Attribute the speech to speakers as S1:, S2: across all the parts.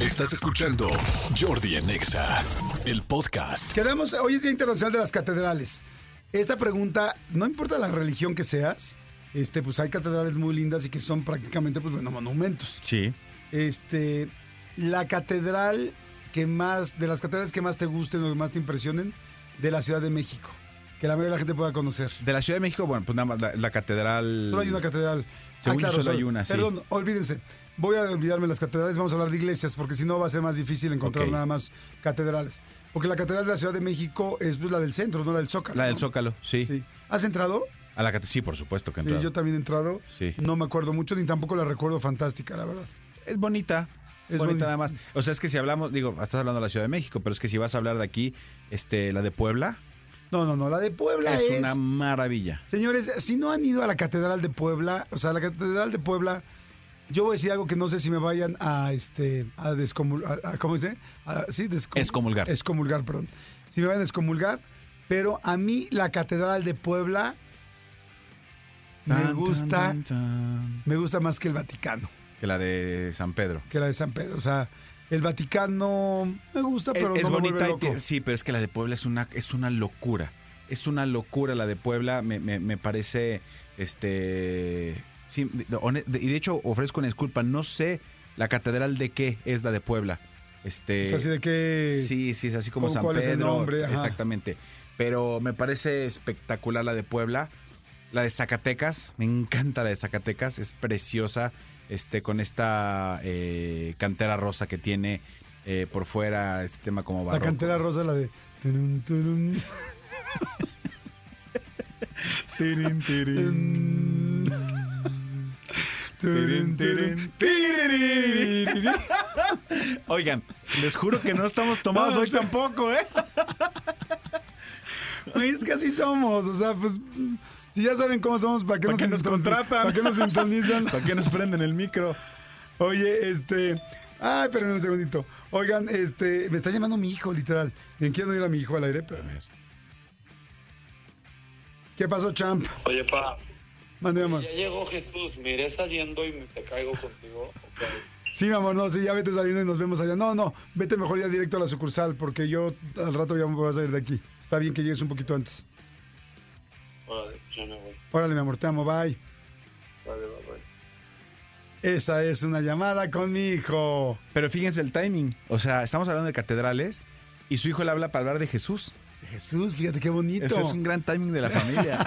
S1: Estás escuchando Jordi en Exa, el podcast.
S2: Quedamos, hoy es Día Internacional de las Catedrales. Esta pregunta, no importa la religión que seas, este, pues hay catedrales muy lindas y que son prácticamente, pues bueno, monumentos.
S3: Sí.
S2: Este, la catedral que más, de las catedrales que más te gusten o que más te impresionen de la Ciudad de México, que la mayoría de la gente pueda conocer.
S3: De la Ciudad de México, bueno, pues nada más la, la catedral.
S2: Solo hay una catedral. Ah,
S3: Según yo solo hay una, sí.
S2: Perdón, olvídense. Voy a olvidarme las catedrales, vamos a hablar de iglesias, porque si no va a ser más difícil encontrar
S3: Ok.
S2: nada más catedrales. Porque la catedral de la Ciudad de México es pues, la del centro, no la del Zócalo.
S3: La del
S2: ¿no?
S3: Zócalo, sí.
S2: Sí. ¿Has entrado?
S3: A la cate- sí, por supuesto que
S2: Sí,
S3: entrado.
S2: yo también he entrado.
S3: Sí.
S2: No me acuerdo mucho, ni tampoco la recuerdo fantástica, la verdad.
S3: Es bonita.
S2: Es
S3: Es
S2: bonita.
S3: bonita nada más. O sea, es que si hablamos, digo, estás hablando de la Ciudad de México, pero es que si vas a hablar de aquí, este, la de Puebla,
S2: No, no, no, la de Puebla es...
S3: es una maravilla.
S2: Señores, si no han ido a la Catedral de Puebla, o sea, la Catedral de Puebla, yo voy a decir algo que no sé si me vayan a, este, a descomulgar, ¿cómo dice? A- sí, descom-
S3: Excomulgar.
S2: Excomulgar, perdón. Si me van a excomulgar, pero a mí la Catedral de Puebla me
S3: Tan,
S2: gusta,
S3: tan, tan, tan.
S2: me gusta más que el Vaticano,
S3: Que la de San Pedro.
S2: que la de San Pedro, o sea... El Vaticano me gusta, pero
S3: es
S2: no me
S3: bonita,
S2: vuelve
S3: y
S2: loco.
S3: tiene- sí, pero es que la de Puebla es una, es una locura. Es una locura la de Puebla, me, me- me parece, este, sí, de- de- hone- de- y de hecho ofrezco una disculpa, no sé la catedral de qué es la de Puebla. Este,
S2: O sea, así de que...
S3: sí, sí, es así como
S2: ¿Cómo-
S3: San
S2: cuál es el
S3: Pedro,
S2: nombre? Ajá.
S3: exactamente. Pero me parece espectacular la de Puebla, la de Zacatecas, me encanta la de Zacatecas, es preciosa, este, con esta eh, cantera rosa que tiene. eh, por fuera, este tema como
S2: La
S3: barroco.
S2: cantera rosa, la de. turun, turun,
S3: Tirin,
S2: turun. Turun, turun.
S3: Oigan, les juro que no estamos tomados Pues hoy tampoco, ¿eh?
S2: Güey, Es que así somos, o sea, pues. mm, Si ya saben cómo somos, ¿para qué
S3: ¿Para
S2: nos,
S3: qué nos
S2: sinton-
S3: contratan?
S2: ¿Para qué nos sintonizan?
S3: ¿Para qué nos prenden el micro?
S2: Oye, este. Ay, esperen un segundito. Oigan, este. Me está llamando mi hijo, literal. Bien, quiero no ir a mi hijo al aire, pero. ¿Qué pasó, champ?
S4: Oye, pa,
S2: Mande, mi amor.
S4: ya llegó Jesús, me iré saliendo y me te caigo contigo. Ok.
S2: Sí, mi amor, no, sí, ya vete saliendo y nos vemos allá. No, no, vete mejor ya directo a la sucursal, porque yo al rato ya me voy a salir de aquí. Está bien que llegues un poquito antes.
S4: Órale, ya me voy.
S2: Órale, mi amor, te amo, bye.
S4: Vale, vale, vale.
S2: Esa es una llamada con mi hijo.
S3: Pero fíjense el timing. O sea, estamos hablando de catedrales y su hijo le habla para hablar de Jesús.
S2: Jesús, fíjate qué bonito.
S3: Ese es un gran timing de la familia.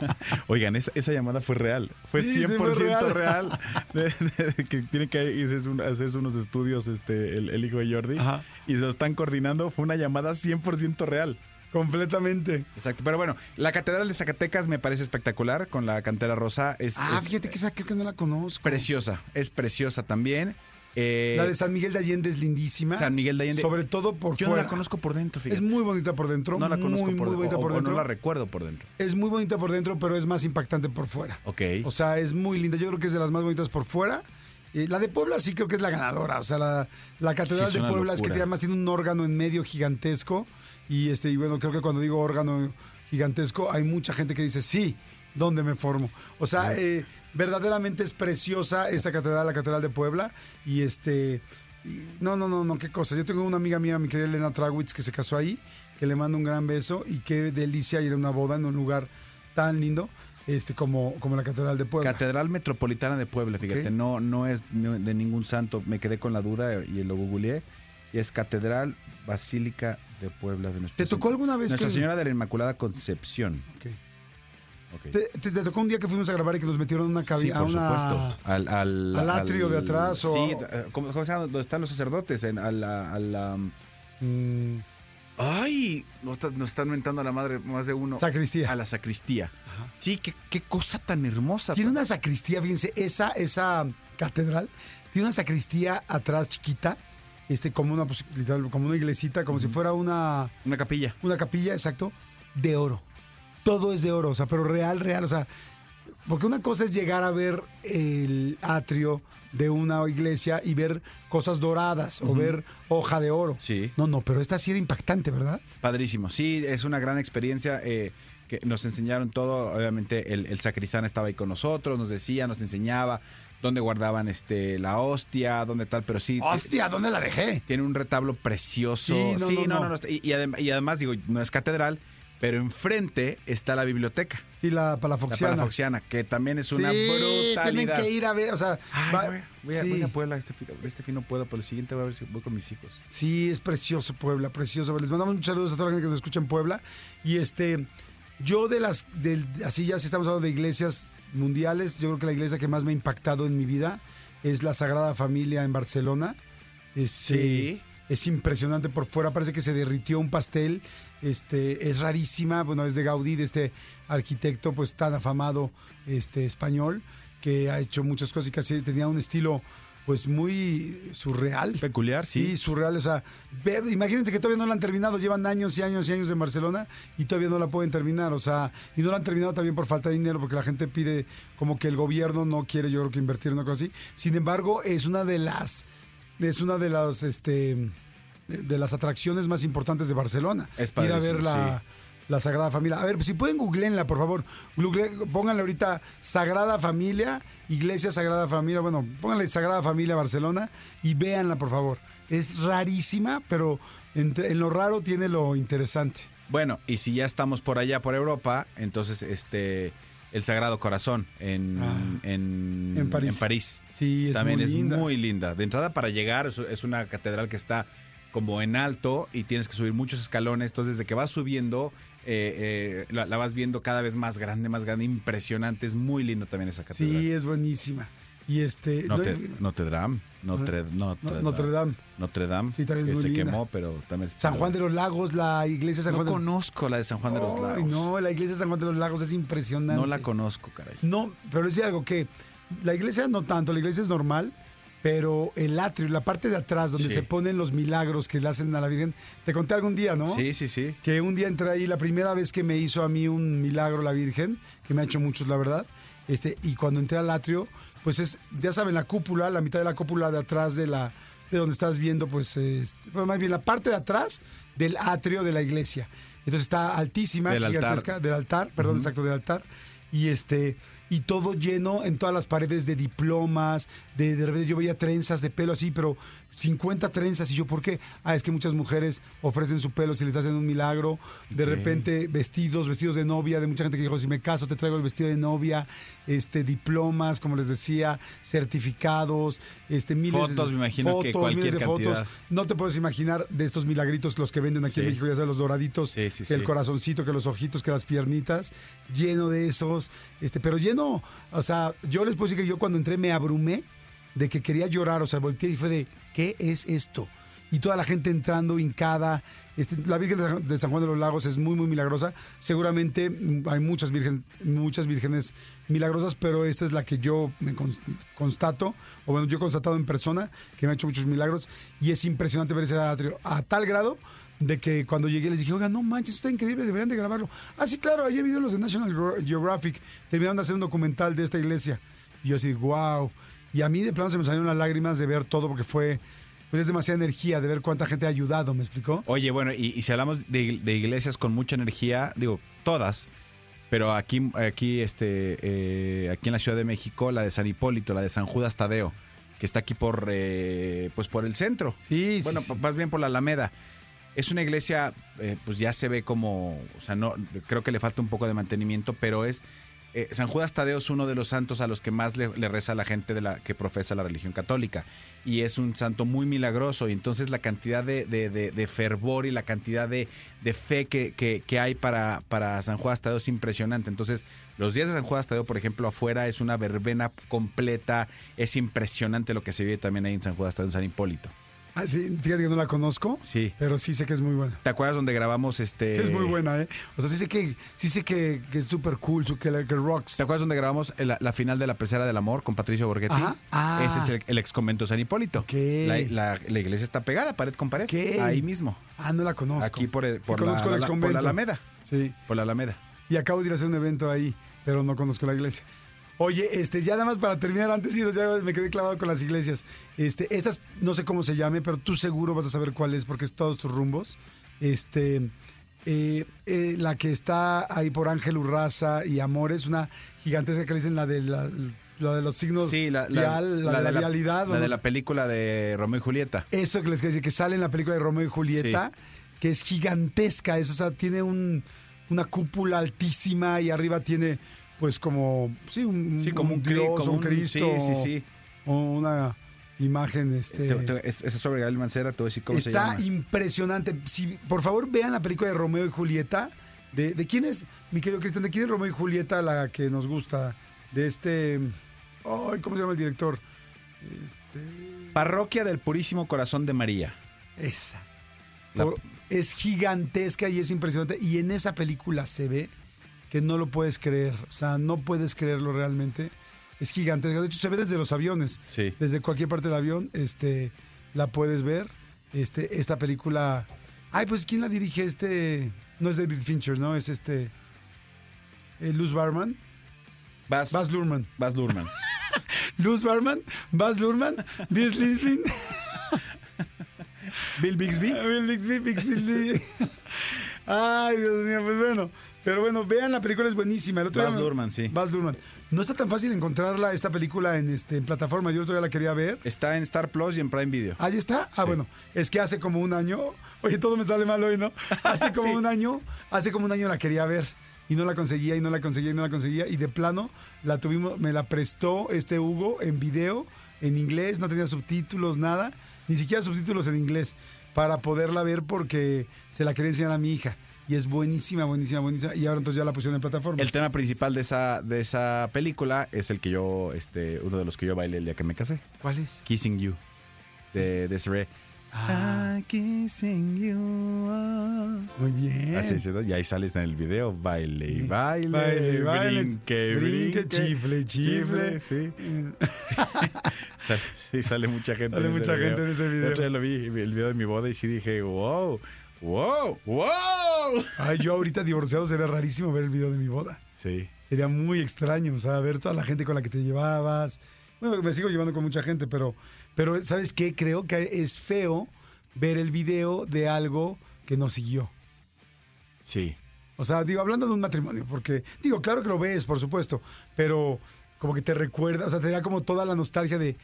S3: Oigan, esa, esa llamada fue real. Fue
S2: Sí, sí,
S3: 100%
S2: fue real.
S3: real. De- de- de que tiene que irse un- hacerse unos estudios este, el, el hijo de Jordi.
S2: Ajá.
S3: Y se lo están coordinando. Fue una llamada 100% real.
S2: Completamente.
S3: Exacto. Pero bueno, la Catedral de Zacatecas me parece espectacular con la cantera rosa. Es,
S2: Ah,
S3: es
S2: fíjate que esa creo que no la conozco.
S3: preciosa. Es preciosa también. Eh,
S2: La de San Miguel de Allende es lindísima.
S3: San Miguel de Allende.
S2: Sobre todo por
S3: Yo
S2: fuera.
S3: no la conozco por dentro, fíjate.
S2: Es muy bonita por dentro.
S3: no la conozco
S2: muy,
S3: por,
S2: muy
S3: o-
S2: bonita
S3: o-
S2: por
S3: o
S2: dentro.
S3: no la recuerdo por dentro.
S2: Es muy bonita por dentro, pero es más impactante por fuera.
S3: Ok.
S2: O sea, es muy linda. Yo creo que es de las más bonitas por fuera. Eh, la de Puebla sí creo que es la ganadora. O sea, la, la catedral
S3: es
S2: de
S3: una
S2: Puebla es que
S3: locura.
S2: además tiene un órgano en medio gigantesco. Y este, y bueno, creo que cuando digo órgano gigantesco, hay mucha gente que dice, sí, ¿dónde me formo? O sea, eh, verdaderamente es preciosa esta catedral, la catedral de Puebla. Y este. y- No, no, no, no, qué cosa. Yo tengo una amiga mía, mi querida Elena Trawitz, que se casó ahí, que le mando un gran beso y qué delicia ir a una boda en un lugar tan lindo este, como, como la Catedral de Puebla.
S3: Catedral Metropolitana de Puebla, fíjate,
S2: Ok.
S3: no, no es ni- de ningún santo, me quedé con la duda y lo googleé. Y es Catedral Basílica de Puebla de Nuestra
S2: ¿Te tocó
S3: Señora-
S2: alguna vez
S3: Nuestra
S2: que-
S3: Señora de la Inmaculada Concepción.
S2: Ok.
S3: Ok.
S2: ¿Te, te- te tocó un día que fuimos a grabar y que nos metieron en una
S3: Sí,
S2: cabina?
S3: por supuesto. Al, al,
S2: al atrio de atrás o-
S3: Sí, eh, ¿cómo, cómo se llama? ¿Dónde están los sacerdotes? En, a la- a la- mm,
S2: mm,
S3: ¡Ay! Nos, está- nos están mentando a la madre más de uno.
S2: sacristía.
S3: A la sacristía. Sí, qué, qué cosa tan hermosa.
S2: Tiene una sacristía, fíjense, esa, esa catedral tiene una sacristía atrás chiquita, este, como una, pues, literal, como una iglesita, como si fuera una,
S3: Una capilla.
S2: una capilla, exacto, de oro. Todo es de oro, o sea, pero real, real, o sea, porque una cosa es llegar a ver el atrio de una iglesia y ver cosas doradas o
S3: Ujú.
S2: ver hoja de oro.
S3: Sí.
S2: No, no, pero esta sí era impactante, ¿verdad?
S3: Padrísimo, sí, es una gran experiencia eh, que nos enseñaron todo, obviamente el, el sacristán estaba ahí con nosotros, nos decía, nos enseñaba dónde guardaban este la hostia, dónde tal, pero sí.
S2: Hostia, ¿dónde la dejé?
S3: Tiene un retablo precioso.
S2: Sí, no, no, no.
S3: Y, y adem- y además, digo, no es catedral, pero enfrente está la biblioteca,
S2: Sí, la palafoxiana.
S3: la Palafoxiana, que también es una
S2: sí, tienen
S3: brutalidad.
S2: que ir a ver, o sea,
S3: Ay,
S2: va-
S3: güey, voy, a,
S2: sí.
S3: voy a Puebla, este, fin- este fin no puedo, pero el siguiente voy a ver si voy con mis hijos.
S2: Sí, es precioso Puebla, precioso. Les mandamos muchos saludos a toda la gente que nos escucha en Puebla. Y este, yo de las, del- así ya si estamos hablando de iglesias mundiales, yo creo que la iglesia que más me ha impactado en mi vida es la Sagrada Familia en Barcelona. Este,
S3: Sí.
S2: Es impresionante por fuera, parece que se derritió un pastel. Este, es rarísima, bueno, es de Gaudí, de este arquitecto pues tan afamado este, español, que ha hecho muchas cosas y casi tenía un estilo pues muy surreal.
S3: Peculiar,
S2: Sí, surreal. O sea, ve- imagínense que todavía no la han terminado. Llevan años y años y años en Barcelona y todavía no la pueden terminar. O sea, y no la han terminado también por falta de dinero, porque la gente pide como que el gobierno no quiere, yo creo que invertir en una cosa así. Sin embargo, es una de las, es una de las, este, de las atracciones más importantes de Barcelona. Ir
S3: Es
S2: a
S3: padrísimo,
S2: ver la, la Sagrada Familia. A ver, si pueden googleenla, por favor. Google- pónganle ahorita Sagrada Familia, Iglesia Sagrada Familia. Bueno, pónganle Sagrada Familia Barcelona y véanla, por favor. Es rarísima, pero entre- en lo raro tiene lo interesante.
S3: Bueno, y si ya estamos por allá, por Europa, entonces este el Sagrado Corazón en,
S2: Ah.
S3: en,
S2: En París. Sí, es
S3: También
S2: muy
S3: es
S2: linda.
S3: muy linda. De entrada para llegar es, es una catedral que está como en alto y tienes que subir muchos escalones. Entonces desde que vas subiendo eh, eh, la, la vas viendo cada vez más grande, más grande, impresionante. Es muy linda también esa catedral.
S2: Sí, es buenísima. Y este.
S3: Notre,
S2: no-
S3: Notre Dame, Notre, Notre,
S2: no- Notre Dame.
S3: Notre Dame,
S2: Sí, también es
S3: que
S2: muy
S3: se
S2: linda.
S3: quemó, pero también es-
S2: San Juan de los Lagos, la iglesia de San
S3: No
S2: Juan de
S3: conozco la de San Juan de los
S2: Ay,
S3: Lagos.
S2: No, la iglesia de San Juan de los Lagos es impresionante.
S3: No la conozco, caray.
S2: No, pero es algo que la iglesia no tanto, la iglesia es normal, pero el atrio, la parte de atrás donde
S3: Sí.
S2: se ponen los milagros que le hacen a la Virgen, te conté algún día, ¿no?
S3: Sí, sí, sí.
S2: Que un día entré ahí, la primera vez que me hizo a mí un milagro la Virgen, que me ha hecho muchos, la verdad, este, y cuando entré al atrio, pues es, ya saben, la cúpula, la mitad de la cúpula de atrás de la, de donde estás viendo, pues, este, bueno, más bien la parte de atrás del atrio de la iglesia. Entonces está altísima,
S3: Del altar.
S2: gigantesca, del altar, perdón, exacto, del altar. Y este, y todo lleno en todas las paredes de diplomas, de, de repente yo veía trenzas de pelo así, pero 50 trenzas. Y yo, ¿por qué? Ah, es que muchas mujeres ofrecen su pelo si les hacen un milagro. De
S3: Ok.
S2: repente, vestidos, vestidos de novia, de mucha gente que dijo, si me caso, te traigo el vestido de novia, este, diplomas, como les decía, certificados, este, miles de
S3: Fotos, me imagino que cualquier cantidad.
S2: no te puedes imaginar de estos milagritos los que venden aquí en
S3: Sí.
S2: México, ya sabes, los doraditos,
S3: Sí, sí,
S2: que el
S3: sí.
S2: corazoncito, que los ojitos, que las piernitas, lleno de esos, este, pero lleno, o sea, yo les puedo decir que yo cuando entré me abrumé de que quería llorar, o sea, volteé y fue de, ¿qué es esto? Y toda la gente entrando, hincada. Este, la Virgen de San- de San Juan de los Lagos es muy, muy milagrosa. Seguramente mm, hay muchas, virgen, muchas vírgenes milagrosas, pero esta es la que yo me cons- constato, o bueno, yo he constatado en persona, que me ha hecho muchos milagros. Y es impresionante ver ese atrio a tal grado de que cuando llegué les dije, oiga, no manches, esto está increíble, deberían de grabarlo. Ah, sí, claro, ayer vieron los de National Geo- Geographic, terminaron de hacer un documental de esta iglesia. Y yo así, wow. Y a mí de plano se me salieron las lágrimas de ver todo porque fue, pues es demasiada energía de ver cuánta gente ha ayudado, ¿me explicó?
S3: Oye, bueno, y, y si hablamos de, ig- de iglesias con mucha energía, digo, todas, pero aquí, aquí, este, eh, aquí en la Ciudad de México, la de San Hipólito, la de San Judas Tadeo, que está aquí por, eh, pues por el centro.
S2: Sí,
S3: bueno,
S2: sí.
S3: más bien por la Alameda. Es una iglesia, eh, pues ya se ve como, o sea, no, creo que le falta un poco de mantenimiento, pero es eh, San Judas Tadeo es uno de los santos a los que más le, le reza la gente de la que profesa la religión católica y es un santo muy milagroso y entonces la cantidad de, de- de- de fervor y la cantidad de, de fe que, que- que hay para, para San Juan Tadeo es impresionante. Entonces los días de San Juan Tadeo, por ejemplo, afuera es una verbena completa, es impresionante lo que se vive también ahí en San Judas Tadeo, en San Hipólito.
S2: Ah, sí, fíjate que no la conozco,
S3: Sí.
S2: pero sí sé que es muy buena.
S3: ¿Te acuerdas donde grabamos este?
S2: Que es muy buena, ¿eh? O sea, sí sé que, sí sé que, que es súper cool, su- que, la- que rocks.
S3: ¿Te acuerdas donde grabamos el- la, final de La Pecera del Amor con Patricio Borghetti?
S2: Ajá. Ah.
S3: Ese es el, el ex convento San Hipólito.
S2: Ok.
S3: La, la- la iglesia está pegada, pared con pared.
S2: Ok.
S3: Ahí mismo.
S2: Ah, no la conozco.
S3: Aquí por, el-
S2: Sí,
S3: por, la,
S2: conozco el
S3: la- por la
S2: exconvento.
S3: Alameda.
S2: Sí.
S3: Por la Alameda.
S2: Y acabo de ir a hacer un evento ahí, pero no conozco la iglesia. Oye, este, ya nada más para terminar, antes sí, ya me quedé clavado con las iglesias. Este, estas, no sé cómo se llame, pero tú seguro vas a saber cuál es, porque es todos tus rumbos. Este, eh, eh, la que está ahí por Ángel Urraza y Amores, una gigantesca que le dicen la de, la, la de los signos
S3: Sí, la, la-
S2: vial, la,
S3: la
S2: de la, vialidad. o
S3: la
S2: no
S3: de
S2: sé.
S3: la película de Romeo y Julieta.
S2: Eso que les quería decir, que sale en la película de Romeo y Julieta, que es gigantesca, es, o sea, tiene un- una cúpula altísima y arriba tiene, pues, como, sí, un,
S3: Sí, como un, cri-
S2: dios,
S3: como
S2: un
S3: un-
S2: Cristo,
S3: Sí, sí, sí. Eh,
S2: o una imagen, este...
S3: Te- te- es- es sobre Gael Mancera, te voy a decir cómo se
S2: Está
S3: llama.
S2: impresionante. Si, por favor, vean la película de Romeo y Julieta. ¿De, de quién es, mi querido Cristian, de quién es Romeo y Julieta la que nos gusta? De este... Ay, ¿cómo se llama el director? Este...
S3: Parroquia del Purísimo Corazón de María.
S2: Esa.
S3: La-
S2: Por- es gigantesca y es impresionante. Y en esa película se ve que no lo puedes creer. O sea, no puedes creerlo realmente. Es gigantesca. De hecho, se ve desde los aviones.
S3: Sí.
S2: Desde cualquier parte del avión, este, la puedes ver. Este, esta película. Ay, pues, ¿quién la dirige? Este. No es David Fincher, ¿no? Es este. eh, Luz Barman.
S3: Baz,
S2: Baz Luhrmann.
S3: Baz Luhrmann.
S2: Luz Barman, Baz Luhrmann, Bill Slingsby. Bill Bixby. Bill Bixby, Bixby. Lee. Ay, Dios mío, pues bueno. Pero bueno, vean, la película es buenísima. El otro
S3: Baz
S2: día me-
S3: Luhrmann, sí.
S2: Baz Luhrmann. No está tan fácil encontrarla, esta película, en, este, en plataforma. Yo el otro día la quería ver.
S3: Está en Star Plus y en Prime Video.
S2: Ahí está. Ah,
S3: Sí.
S2: bueno, es que hace como un año. Oye, todo me sale mal hoy, ¿no? Hace como
S3: Sí.
S2: un año, hace como un año la quería ver y no la conseguía y no la conseguía y no la conseguía y de plano la tuvimos, me la prestó este Hugo en video, en inglés, no tenía subtítulos, nada, ni siquiera subtítulos en inglés para poderla ver porque se la quería enseñar a mi hija y es buenísima, buenísima, buenísima y ahora entonces ya la pusieron en plataforma.
S3: El tema principal de esa, de esa película es el que yo, este, uno de los que yo bailé el día que me casé.
S2: ¿Cuál es?
S3: Kissing You, de Desiree.
S2: Ah.
S3: I'm kissing you.
S2: Muy oh. bien.
S3: Así es, ¿no? y ahí sales en el video, baile y
S2: Sí.
S3: baile,
S2: Baile, baile,
S3: brinque,
S2: brinque,
S3: brinque,
S2: chifle, chifle.
S3: sí.
S2: Eh,
S3: Sale, sí, sale mucha gente.
S2: Sale
S3: en ese
S2: mucha
S3: video.
S2: gente en ese
S3: El
S2: video.
S3: otro día lo vi, el video de mi boda, y sí dije, wow, wow, wow.
S2: Ay, yo ahorita divorciado sería rarísimo ver el video de mi boda.
S3: Sí,
S2: Sería muy extraño, o sea, ver toda la gente con la que te llevabas. Bueno, me sigo llevando con mucha gente, pero, pero ¿sabes qué? Creo que es feo ver el video de algo que no siguió.
S3: sí.
S2: O sea, digo, hablando de un matrimonio, porque, digo, claro que lo ves, por supuesto, pero como que te recuerda, o sea, te da como toda la nostalgia de,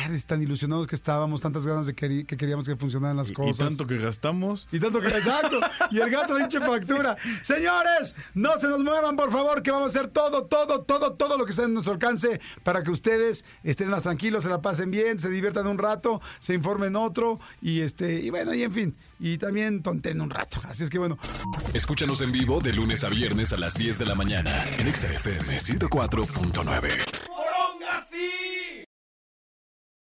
S2: "Madres, tan ilusionados que estábamos, tantas ganas de queri- que queríamos que funcionaran las cosas.
S3: que gastamos.
S2: Y tanto que. Exacto. Y el gato hinche factura. Señores, no se nos muevan, por favor, que vamos a hacer todo, todo, todo, todo lo que está en nuestro alcance para que ustedes estén más tranquilos, se la pasen bien, se diviertan un rato, se informen otro y este, y bueno, y en fin. Y también tonten un rato. Así es que bueno.
S1: Escúchanos en vivo de lunes a viernes a las 10 de la mañana en Exa FM 104.9.